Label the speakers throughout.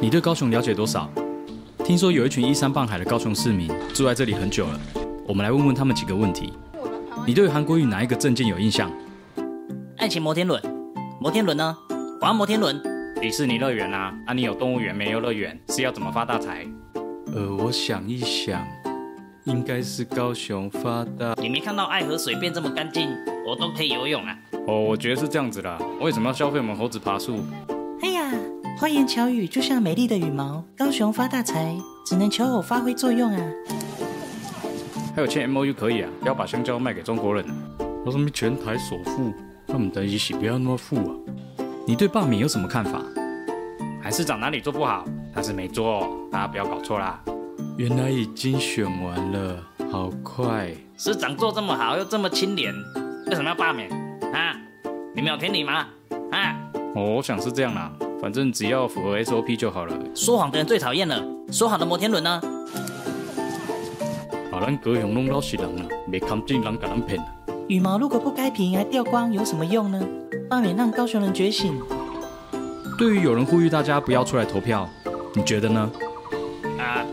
Speaker 1: 你对高雄了解多少？听说有一群依山傍海的高雄市民住在这里很久了，我们来问问他们几个问题。你对韩国语哪一个证件有印象？
Speaker 2: 爱情摩天轮，摩天轮呢？我要摩天轮。
Speaker 3: 迪士尼乐园啊，啊，你有动物园没游乐园，是要怎么发大财？
Speaker 1: 呃，我想一想，应该是高雄发大。
Speaker 2: 你没看到爱河水变这么干净，我都可以游泳啊！
Speaker 3: 哦，我觉得是这样子啦。为什么要消费我们猴子爬树？
Speaker 2: 哎呀，花言巧语就像美丽的羽毛，高雄发大财，只能求偶发挥作用啊！
Speaker 3: 还有签 MOU 可以啊，不要把香蕉卖给中国人、啊。
Speaker 1: 我什么全台首富？他们在一起不要那么富啊！你对罢免有什么看法？
Speaker 3: 韩市长哪里做不好？他是没做、哦，大家不要搞错啦。
Speaker 1: 原来已经选完了，好快！
Speaker 2: 市长做这么好，又这么清廉，为什么要罢免啊？你们有天理吗？啊！
Speaker 3: 哦我想是这样啦，反正只要符合 SOP 就好了。
Speaker 2: 说谎的人最讨厌了。说好的摩天轮呢？
Speaker 1: 把咱高雄弄老实人啊，没看见人给咱骗啊！
Speaker 2: 羽毛如果不该平还掉光，有什么用呢？罢免让高雄人觉醒。
Speaker 1: 对于有人呼吁大家不要出来投票，你觉得呢？
Speaker 3: 啊，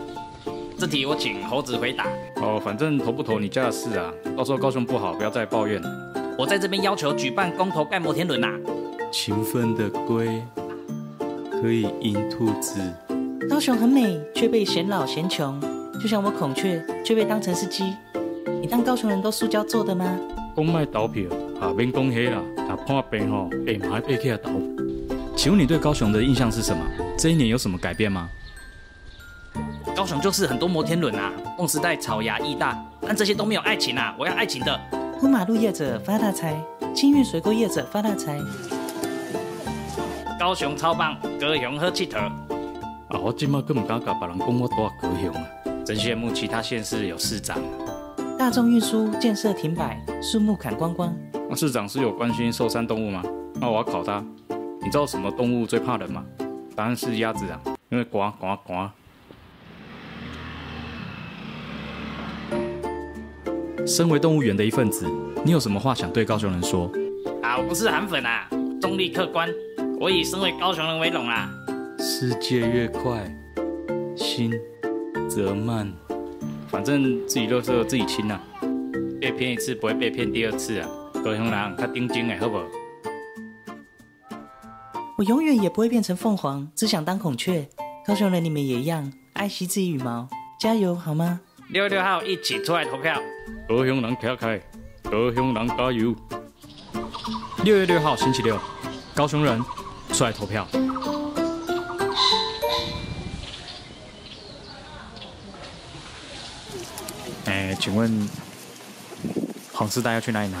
Speaker 2: 这题我请猴子回答。
Speaker 3: 哦，反正投不投你家的事啊。到时候高雄不好，不要再抱怨。
Speaker 2: 我在这边要求举办公投盖摩天轮啊！
Speaker 1: 勤奋的龟可以赢兔子。
Speaker 2: 高雄很美，却被嫌老嫌穷，就像我孔雀却被当成是鸡。你当高雄人都塑胶做的吗？
Speaker 1: 讲卖投票，下免讲黑啦，啊破病吼，哎妈被去投。请问你对高雄的印象是什么？这一年有什么改变吗？
Speaker 2: 高雄就是很多摩天轮啊，梦时代、草芽、义大，但这些都没有爱情啊！我要爱情的。铺马路业者发大财，清运水沟业者发大财。高雄超棒，高雄喝气头。
Speaker 1: 啊，我今麦更唔敢甲别人讲我住高雄啊。
Speaker 3: 真羡慕其他县市有市长。
Speaker 2: 大众运输建设停摆，树木砍光光。
Speaker 3: 那市长是有关心受伤动物吗？那我要考他。你知道什么动物最怕人吗？答案是鸭子啊，因为呱呱呱。
Speaker 1: 身为动物园的一份子，你有什么话想对高雄人说？
Speaker 2: 啊，我不是韩粉啊，中立客观，我以身为高雄人为荣啊。
Speaker 1: 世界越快，心则慢。
Speaker 3: 反正自己乐色自己清啊，被骗一次不会被骗第二次啊。高雄人较顶真诶，好不好？
Speaker 2: 我永远也不会变成凤凰，只想当孔雀。高雄人，你们也一样，爱惜自己羽毛，加油好吗？六六号一起出来投票。
Speaker 3: 高雄人徛开，高雄人加油！
Speaker 1: 六月六号星期六，高雄人出来投票。
Speaker 3: 哎、请问黄世大要去哪里拿？